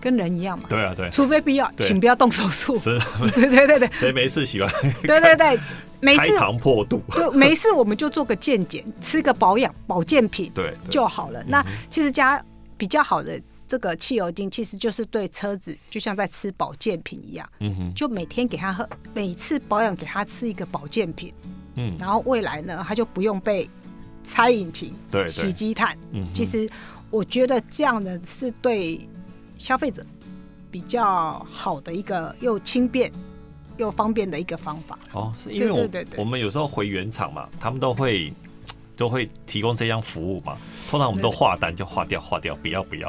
B: 跟人一样嘛，
A: 对啊，对，
B: 除非必要，
A: 对
B: 请不要动手 术。
A: 是，
B: 对对对对
A: 谁没事喜欢
B: 对对对，没
A: 开
B: 事
A: 膛破肚？
B: 就没事，我们就做个健检，吃个保养保健品
A: 对，对嗯
B: 就好了。那其实加比较好的这个汽油精，其实就是对车子就像在吃保健品一样，
A: 嗯哼，
B: 就每天给他喝，每次保养给他吃一个保健品，
A: 嗯，
B: 然后未来呢，他就不用被拆引擎、
A: 对
B: 洗
A: 对，
B: 积碳。
A: 嗯哼
B: 其实我觉得这样的是对消费者比较好的一个又轻便又方便的一个方法。
A: 哦，是因为我
B: 对对对对
A: 我们有时候回原厂嘛，他们都会都会提供这样服务嘛。通常我们都
B: 对
A: 划单就划掉，划掉，不要不要。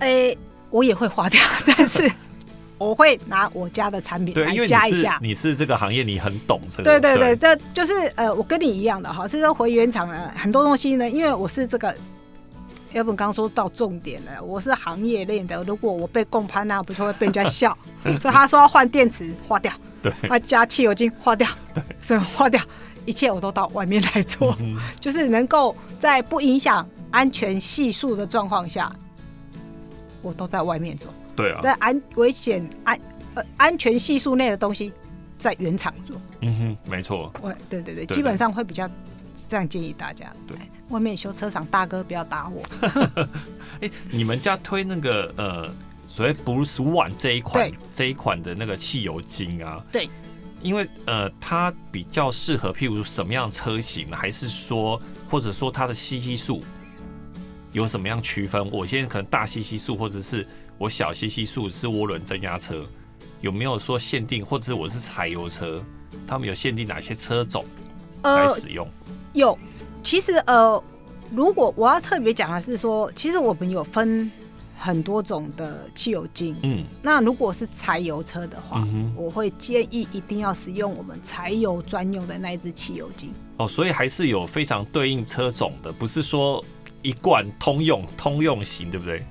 B: 诶、哎我也会花掉，但 是我会拿我家的产品
A: 对，
B: 来
A: 因为
B: 加一
A: 你是
B: 下。
A: 你是这个行业，你很懂这
B: 对
A: 个。
B: 对对，，这就是呃，我跟你一样的哈，是说回原厂呢，很多东西呢，因为我是这个。要不刚说到重点了，我是行业内的，如果我被共攀啊那不就会被人 家笑？所以他说要换电池，花掉；
A: 对
B: 他加汽油精，花掉；对，花掉，一切我都到外面来做，
A: 嗯
B: 就是能够在不影响安全系数的状况下，我都在外面做。
A: 对啊，
B: 在安危险安呃安全系数内的东西，在原厂做。
A: 嗯哼，没错，
B: 我对对对，
A: 对
B: 基本上会比较这样建议大家。
A: 对
B: 哎，外面修车厂大哥不要打我。
A: 哎、你们家推那个呃，所谓 Bruce One 这一款
B: 对
A: 这一款的那个汽油精啊，
B: 对，
A: 因为呃，它比较适合譬如什么样的车型，还是说或者说它的吸吸数有什么样区分？我现在可能大吸吸数，或者是我小吸吸数是涡轮增压车，有没有说限定，或者是我是柴油车，他们有限定哪些车种来
B: 呃，
A: 使用？
B: 有，其实呃，如果我要特别讲的是说，其实我们有分很多种的汽油精。
A: 嗯
B: 那如果是柴油车的话，
A: 嗯哼，
B: 我会建议一定要使用我们柴油专用的那一支汽油精。
A: 哦，所以还是有非常对应车种的，不是说一贯通用通用型，对不对？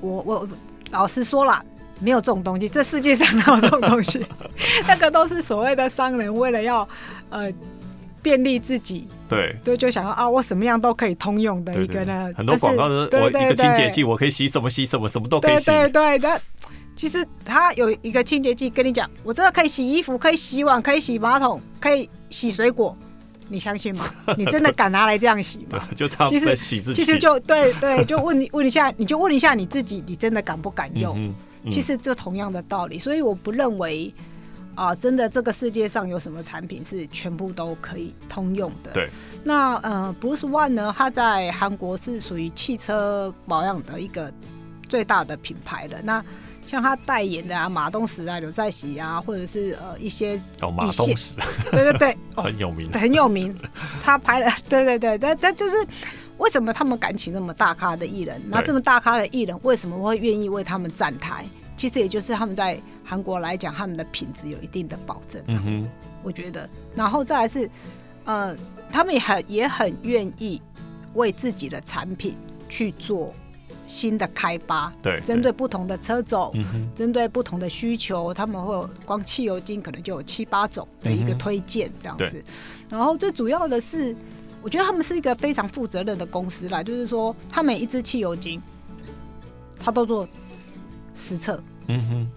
B: 我我我老实说啦，没有这种东西，这世界上哪有这种东西？ 那个都是所谓的商人为了要呃便利自己，
A: 对。
B: 对，就想要啊，我什么样都可以通用的
A: 对
B: 一个
A: 对
B: 呢
A: 对，。很多广告都
B: 的
A: 是我一个清洁剂，，我可以洗什么洗什么，什么都可
B: 对
A: 以
B: 对
A: 洗。
B: 对对对那其实它有一个清洁剂，跟你讲，我这个可以洗衣服，可以洗碗，可以洗马桶，可以洗水果，你相信吗？你真的敢拿来这样洗吗？
A: 对，就差不
B: 其
A: 多
B: 实
A: 洗自己。
B: 其实就对对，就问你问一下，你就问一下你自己，你真的敢不敢用？
A: 嗯哼
B: 其实就同样的道理，所以我不认为啊、真的这个世界上有什么产品是全部都可以通用的。
A: 对，
B: 那呃，Bruce One 呢，它在韩国是属于汽车保养的一个最大的品牌了。那像他代言的啊，马东石啊、刘在熙啊，或者是呃一些，
A: 哦，马
B: 一
A: 东
B: 线
A: 石
B: 对对对，哦，
A: 很有名。
B: 很有名，他拍了，对对对，但但就是为什么他们敢请那么大咖的艺人，那这么大咖的艺人为什么会愿意为他们站台？其实也就是他们在韩国来讲，他们的品质有一定的保证，
A: 嗯哼，
B: 我觉得。然后再来是，呃，他们也很也很愿意为自己的产品去做新的开发，
A: 对，
B: 针对不同的车种，
A: 嗯哼，
B: 针对不同的需求，他们会有光汽油精可能就有七八种的一个
A: 嗯哼
B: 推荐这样子。
A: 对
B: 然后最主要的是，我觉得他们是一个非常负责任的公司啦，就是说他每一支汽油精，他都做实测，
A: 嗯哼，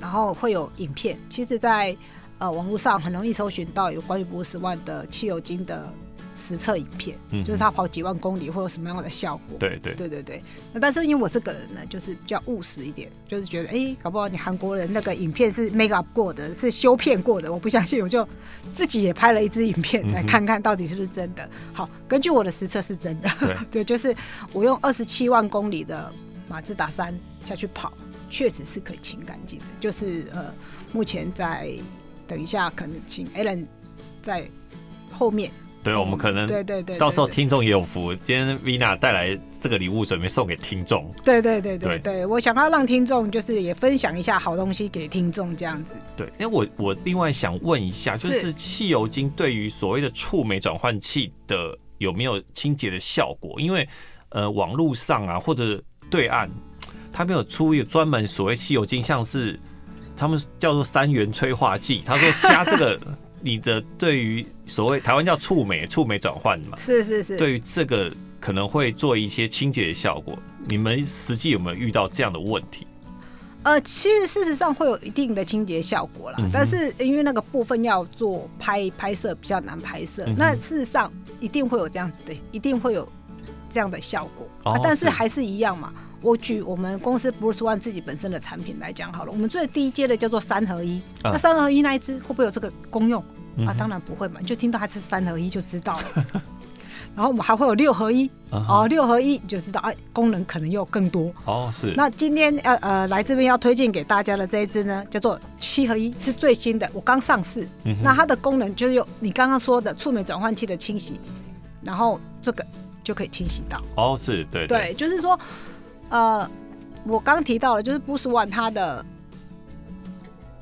B: 然后会有影片。其实在，呃网络上很容易搜寻到有关于博士万的汽油精的实测影片，
A: 嗯哼
B: 就是它跑几万公里会有什么样的效果。
A: 对对，
B: 对对对，那但是因为我这个人呢，就是比较务实一点，就是觉得哎、诶搞不好你韩国人那个影片是 make up 过的，是修片过的，我不相信，我就自己也拍了一支影片
A: 嗯哼
B: 来看看到底是不是真的。好，根据我的实测是真的，
A: 对
B: 就是我用二十七万公里的马自达三下去跑，确实是可以清干净的。就是呃，目前在等一下可能请 Alan 在后面，
A: 对，我们可能
B: 对对对，
A: 嗯到时候
B: 对
A: 听众也有福。今天 Vina 带来这个礼物，准备送给听众。
B: 对对对
A: 对
B: 对对，我想要让听众就是也分享一下好东西给听众这样子。
A: 对，因为我我另外想问一下，
B: 是
A: 就是汽油精对于所谓的触媒转换器的有没有清洁的效果？因为呃，网络上啊或者对岸，他们有出一个专门所谓汽油精，像是他们叫做三元催化剂，他说加这 个，你的对于所谓台湾叫触媒，触媒转换嘛，
B: 是是是，
A: 对于这个可能会做一些清洁的效果。你们实际有没有遇到这样的问题？
B: 呃，其实事实上会有一定的清洁效果啦，
A: 嗯哼
B: 但是因为那个部分要做拍拍摄比较难拍摄，
A: 嗯哼
B: 那事实上一定会有这样子的，一定会有这样的效果。
A: 哦
B: 啊，但
A: 是
B: 是还是一样嘛。我举我们公司 Bruce One 自己本身的产品来讲好了，我们最低阶的叫做三合一，
A: 啊
B: 那三合一那一只会不会有这个功用？
A: 嗯
B: 啊，
A: 哼
B: 当然不会嘛，你就听到它是三合一就知道了。 然后我们还会有六合一，
A: 啊哈
B: 哦，六合一你就知道，哎、功能可能又更多。
A: 哦，是，
B: 那今天要呃来这边要推荐给大家的这一支呢，叫做七合一，是最新的，我刚上市。
A: 嗯哼
B: 那它的功能就是有你刚刚说的触媒转换器的清洗，然后这个就可以清洗到。
A: 哦，是对
B: 对，就是说，呃，我刚提到了，就是 Boost One 它的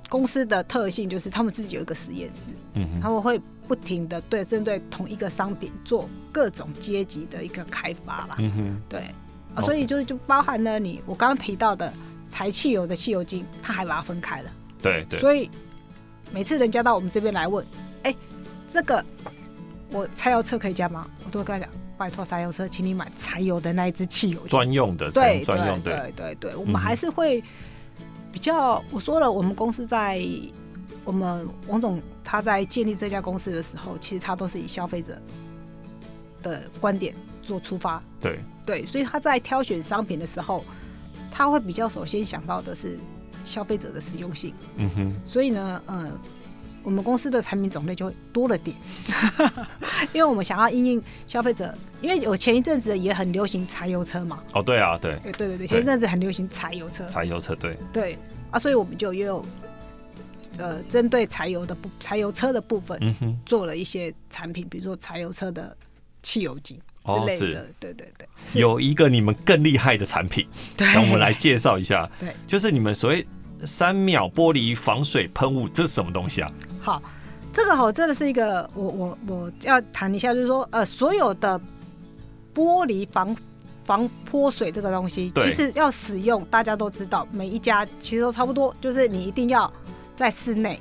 B: 公司的特性就是他们自己有一个实验室，
A: 嗯哼
B: 他们会不停的对针对同一个商品做各种阶级的一个开发啦。
A: 嗯哼，
B: 对，啊，
A: OK
B: 所以就是就包含了你我刚刚提到的柴汽油的汽油精，它还把它分开了。
A: 对对，
B: 所以每次人家到我们这边来问，哎、这个我柴油车可以加吗？我都会跟他讲，拜托柴油车，请你买柴油的那一支汽油精。
A: 专用的，
B: 对
A: 专用
B: 对
A: 的，
B: 对对对，我
A: 嗯哼
B: 们还是会比较。我说了，我们公司在我们王总他在建立这家公司的时候，其实他都是以消费者的观点做出发，
A: 对，
B: 对，所以他在挑选商品的时候，他会比较首先想到的是消费者的实用性。
A: 嗯哼，
B: 所以呢，呃，我们公司的产品种类就会多了点， 因为我们想要因应消费者，因为有前一阵子也很流行柴油车嘛，
A: 哦，对啊，对，
B: 对对对对，前一阵子很流行柴油车，
A: 柴油车，对，
B: 对啊，所以我们就也有呃针对柴油的部柴油车的部分
A: 嗯哼，
B: 做了一些产品，比如说柴油车的汽油精
A: 哦
B: 之类的，
A: 是
B: 对对对，是
A: 有一个你们更厉害的产品，
B: 对，
A: 让我们来介绍一下，
B: 对，
A: 就是你们所谓三秒玻璃防水喷雾，这是什么东西啊？
B: 好，这个好真的是一个，我我我要谈一下，就是说，呃，所有的玻璃防防泼水这个东西，
A: 对
B: 其实要使用，大家都知道，每一家其实都差不多，就是你一定要在室内，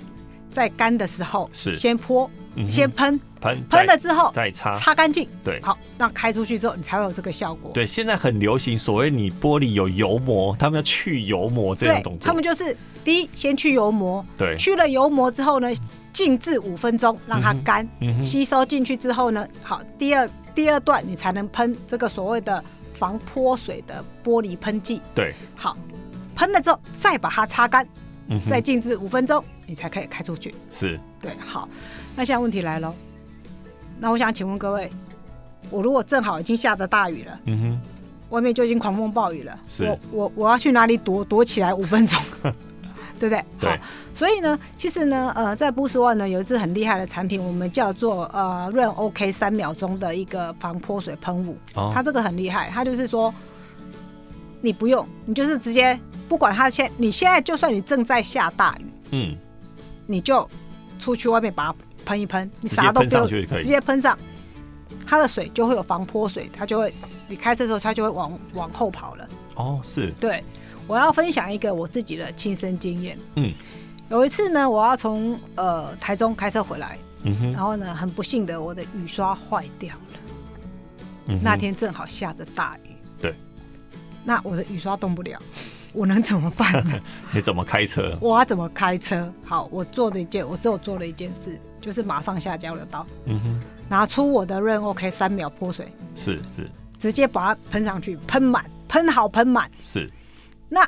B: 在干的时候
A: 是
B: 先泼，
A: 嗯哼
B: 先喷，
A: 喷
B: 喷
A: 再
B: 了之后
A: 再擦，
B: 擦干净，
A: 对
B: 好，那开出去之后你才会有这个效果。
A: 对，现在很流行所谓你玻璃有油膜，他们要去油膜这样动
B: 对，
A: 作，
B: 他们就是第一先去油膜，
A: 对，
B: 去了油膜之后呢，静置五分钟，让它干，
A: 嗯哼
B: 吸收进去之后呢，好，第二第二段你才能喷这个所谓的防泼水的玻璃喷剂。
A: 对，
B: 好，喷了之后再把它擦干，
A: 嗯哼
B: 再静置五分钟，你才可以开出去。
A: 是，
B: 对，好，那现在问题来了，那我想请问各位，我如果正好已经下着大雨了，
A: 嗯哼，
B: 外面就已经狂风暴雨了，
A: 是
B: 我我我要去哪里躲躲起来五分钟， 对不对？
A: 对
B: 好，所以呢，其实呢，呃，在 Boost One 呢有一支很厉害的产品，我们叫做呃润 OK 三秒钟的一个防泼水喷雾，
A: 哦
B: 它这个很厉害，它就是说你不用，你就是直接。不管它现你现在就算你正在下大雨，
A: 嗯，
B: 你就出去外面把它喷一喷，你
A: 直接
B: 啥都
A: 喷
B: 不用，
A: 上去就可以
B: 直接喷上，它的水就会有防泼水，它就会你开车的时候它就会往往后跑了。
A: 哦，是，
B: 对，我要分享一个我自己的亲身经验。
A: 嗯，
B: 有一次呢，我要从呃台中开车回来，
A: 嗯哼，
B: 然后呢，很不幸的我的雨刷坏掉了。
A: 嗯哼
B: 那天正好下着大雨，
A: 对，
B: 那我的雨刷动不了，我能怎么办 呢？
A: 你怎么开车？
B: 我要怎么开车？好，我做了一件，我只有做了一件事，就是马上下交流道，
A: 嗯哼，
B: 拿出我的润 OK 三秒泼水，
A: 是是
B: 直接把它喷上去，喷满，喷好，喷满。
A: 是，
B: 那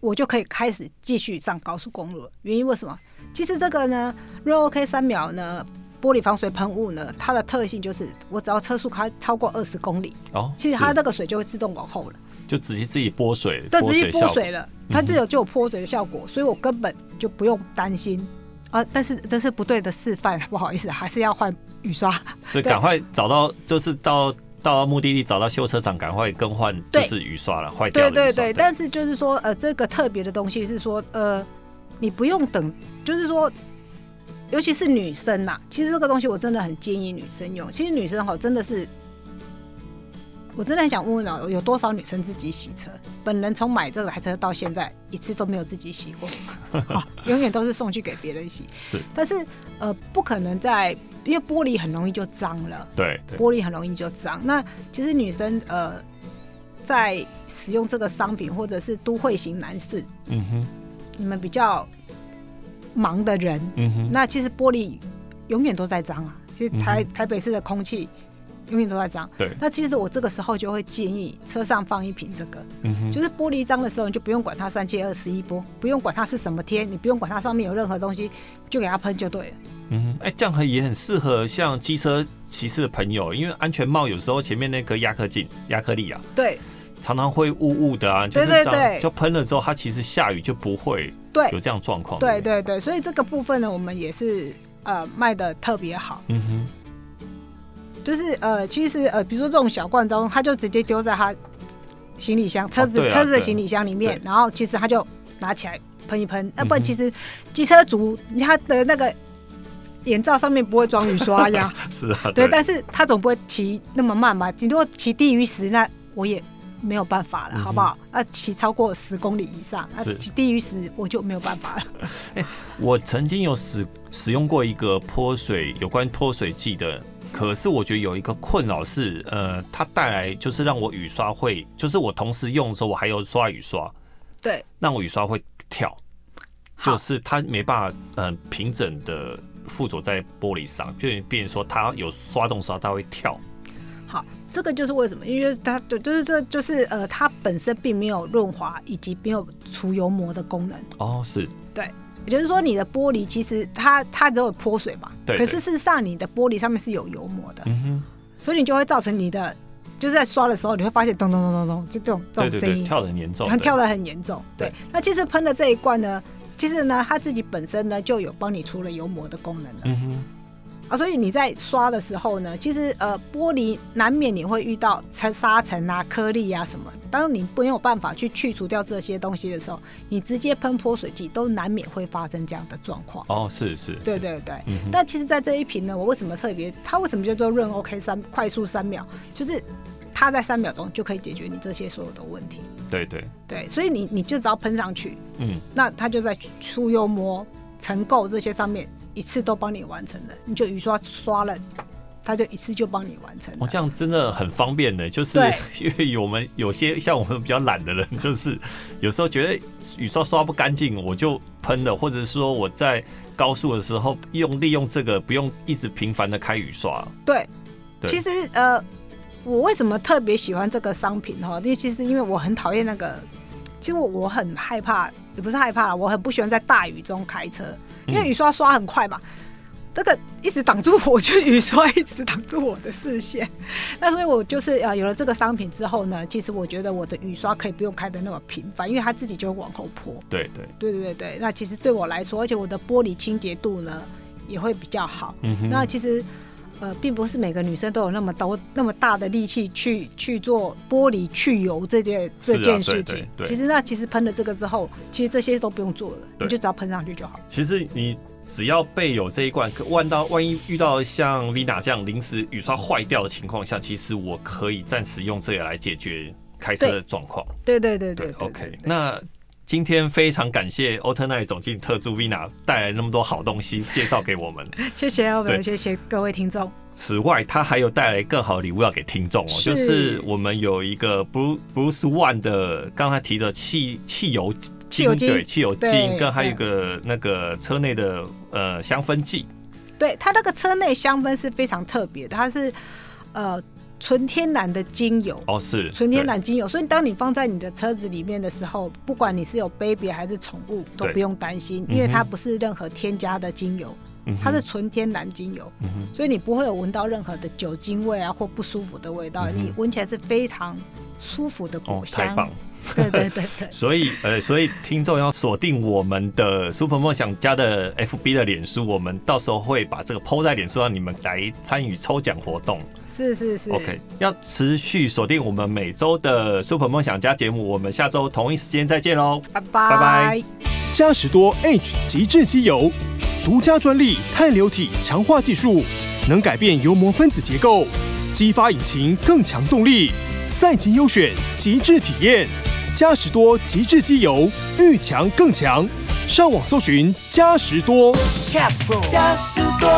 B: 我就可以开始继续上高速公路了。原因为什么？其实这个呢，润 OK 三秒呢，玻璃防水喷雾呢，它的特性就是，我只要车速开超过二十公里，
A: 哦，
B: 其实它
A: 是
B: 那个水就会自动往后了，
A: 就直接自己泼水，
B: 它直接
A: 水效
B: 泼
A: 果
B: 水了，它这有就有泼水的效果，所以我根本就不用担心。啊，但是这是不对的示范，不好意思，还是要换雨刷。
A: 是
B: 对
A: 赶快找到，就是到到目的地找到修车厂，赶快更换，就
B: 对
A: 是雨刷了，坏掉的
B: 对对
A: 雨刷
B: 对，但是就是说，呃，这个特别的东西是说，呃，你不用等，就是说，尤其是女生呐、其实这个东西我真的很建议女生用。其实女生哈，真的是，我真的很想问问哦，有多少女生自己洗车？本人从买这台车到现在，一次都没有自己洗过， 啊永远都是送去给别人洗。
A: 是，
B: 但是呃，不可能在，因为玻璃很容易就脏了。
A: 对对，
B: 玻璃很容易就脏。那其实女生呃，在使用这个商品或者是都会型男士，
A: 嗯哼，
B: 你们比较忙的人，
A: 嗯哼，
B: 那其实玻璃永远都在脏啊。其实台、台北市的空气永远都在脏。
A: 对
B: 那其实我这个时候就会建议车上放一瓶这个，
A: 嗯哼，
B: 就是玻璃脏的时候，你就不用管它三七二十一波，不用管它是什么天，你不用管它上面有任何东西，就给它喷就对了。
A: 嗯哼，哎，这样很也很适合像机车骑士的朋友，因为安全帽有时候前面那颗亚克镜、亚克力啊，
B: 对
A: 常常会雾雾的啊，就是
B: 对对
A: 这样，
B: 对
A: 就喷了之后，它其实下雨就不会
B: 对
A: 有这样状况。
B: 对
A: 不，
B: 对对，所以这个部分呢，我们也是呃卖的特别好。
A: 嗯哼，
B: 就是呃，其实呃，比如说这种小罐装，他就直接丢在他行李箱、车子、
A: 对啊
B: 车子的
A: 对
B: 行李箱里面
A: 对，
B: 然后其实他就拿起来喷一喷。呃要、
A: 嗯
B: 不
A: 哼
B: 然其实机车族他的那个眼罩上面不会装雨刷 呀，
A: 是啊，
B: 对，但是他总不会骑那么慢吧？顶多骑低于十，那我也。没有办法了，
A: 嗯哼
B: 好不好？啊，骑超过十公里以上，啊
A: 是，
B: 骑低于十我就没有办法了。
A: 我曾经有使使用过一个泼水有关泼水剂的，可是我觉得有一个困扰是，呃，它带来就是让我雨刷会，就是我同时用的时候，我还有刷雨刷，
B: 对，
A: 让我雨刷会跳，就是它没办法，嗯、平整的附着在玻璃上，就变成说它有刷动的时候它会跳，
B: 好，这个就是为什么，因为它就就是这就是呃，它本身并没有润滑以及没有除油膜的功能。
A: 哦，是
B: 对，也就是说你的玻璃其实它它只有泼水嘛，
A: 对
B: 可
A: 对
B: 是事实上你的玻璃上面是有油膜的，
A: 嗯哼，
B: 所以你就会造成你的就是在刷的时候你会发现咚咚咚咚咚就这种这
A: 对对
B: 种声
A: 对，
B: 音，
A: 跳的很严重，
B: 它跳
A: 的，
B: 的很严重。对
A: 对，
B: 那其实喷的这一罐呢。其实呢，它自己本身呢就有帮你除了油膜的功能了、
A: 嗯哼，
B: 啊，所以你在刷的时候呢，其实呃玻璃难免你会遇到尘沙尘啊、颗粒啊什么，当你没有办法去去除掉这些东西的时候，你直接喷泼水剂都难免会发生这样的状况。
A: 哦，是是，是
B: 对，对对，
A: 嗯哼
B: 那其实，在这一瓶呢，我为什么特别？它为什么叫做润 OK 三快速三秒？就是它在三秒钟就可以解决你这些所有的问题。
A: 对对，
B: 对，所以你你就只要喷上去，
A: 嗯，
B: 那它就在出油膜、尘垢这些上面一次都帮你完成了。你就雨刷刷了，它就一次就帮你完成
A: 哦，
B: 了。
A: 这样真的很方便的，就是
B: 对
A: 因为我们有些像我们比较懒的人， 就是有时候觉得雨刷刷不干净，我就喷了，或者是说我在高速的时候用利用这个，不用一直频繁的开雨刷。
B: 对，
A: 对
B: 其实呃，我为什么特别喜欢这个商品哈？因为其实因为我很讨厌那个，其实我我很害怕，也不是害怕，我很不喜欢在大雨中开车，因为雨刷刷很快嘛。那个一直挡住我，就雨刷一直挡住我的视线。 那所以我就是呃，有了这个商品之后呢，其实我觉得我的雨刷可以不用开的那么频繁，因为它自己就会往后泼。
A: 对对，
B: 对对对对，那其实对我来说，而且我的玻璃清洁度呢也会比较好。
A: 嗯哼
B: 那其实呃，并不是每个女生都有那么多那么大的力气去去做玻璃去油这件
A: 是啊
B: 这件
A: 对
B: 事
A: 对
B: 情。
A: 对
B: 其实那其实喷了这个之后，其实这些都不用做了，
A: 对
B: 你就只要喷上去就好。
A: 其实你只要备有这一罐，可万到万一遇到像 Vina 这样临时雨刷坏掉的情况下，其实我可以暂时用这个来解决开车的状况。
B: 对对对
A: 对
B: 对
A: o k 那。今天非常感谢欧特奈总经理特助 Vina 带来那么多好东西介绍给我们。
B: 谢谢 a
A: 对
B: l 谢谢各位听众。
A: 此外，他还有带来更好的礼物要给听众哦，
B: 是
A: 就是我们有一个 Bruce Bruce One 的，刚才提的汽汽油
B: 汽油精
A: 对汽油精，
B: 对
A: 跟还有一个那个车内的呃香氛剂，
B: 对，它那个车内香氛是非常特别的，它是呃纯天然的精油。
A: 哦是
B: 纯天
A: 对
B: 然精油，所以当你放在你的车子里面的时候，不管你是有 baby 还是宠物，都
A: 对
B: 不用担心，因为
A: 嗯哼
B: 它不是任何添加的精油，
A: 嗯哼嗯
B: 它是纯天然精油，
A: 哼
B: 所以你不会有闻到任何的酒精味啊或不舒服的味道，你闻起来是非常舒服的
A: 嗯哦
B: 果
A: 太
B: 香。
A: 棒。，
B: 对对对对
A: 所以，呃，所以听众要锁定我们的 Super 梦想家的 FB 的脸书，我们到时候会把这个 PO 在脸书，让你们来参与抽奖活动。
B: 是是是
A: OK，要持续锁定我们每周的 Super 梦想家节目，我们下周同一时间再见喽。
B: 拜
A: 拜拜
B: 拜。
C: 嘉实多 H 极致机油，独家专利碳流体强化技术，能改变油膜分子结构，激发引擎更强动力。赛级优选，极致体验。嘉实多极致机油，遇强更强。上网搜寻嘉实多。
D: Cap Pro，加十多。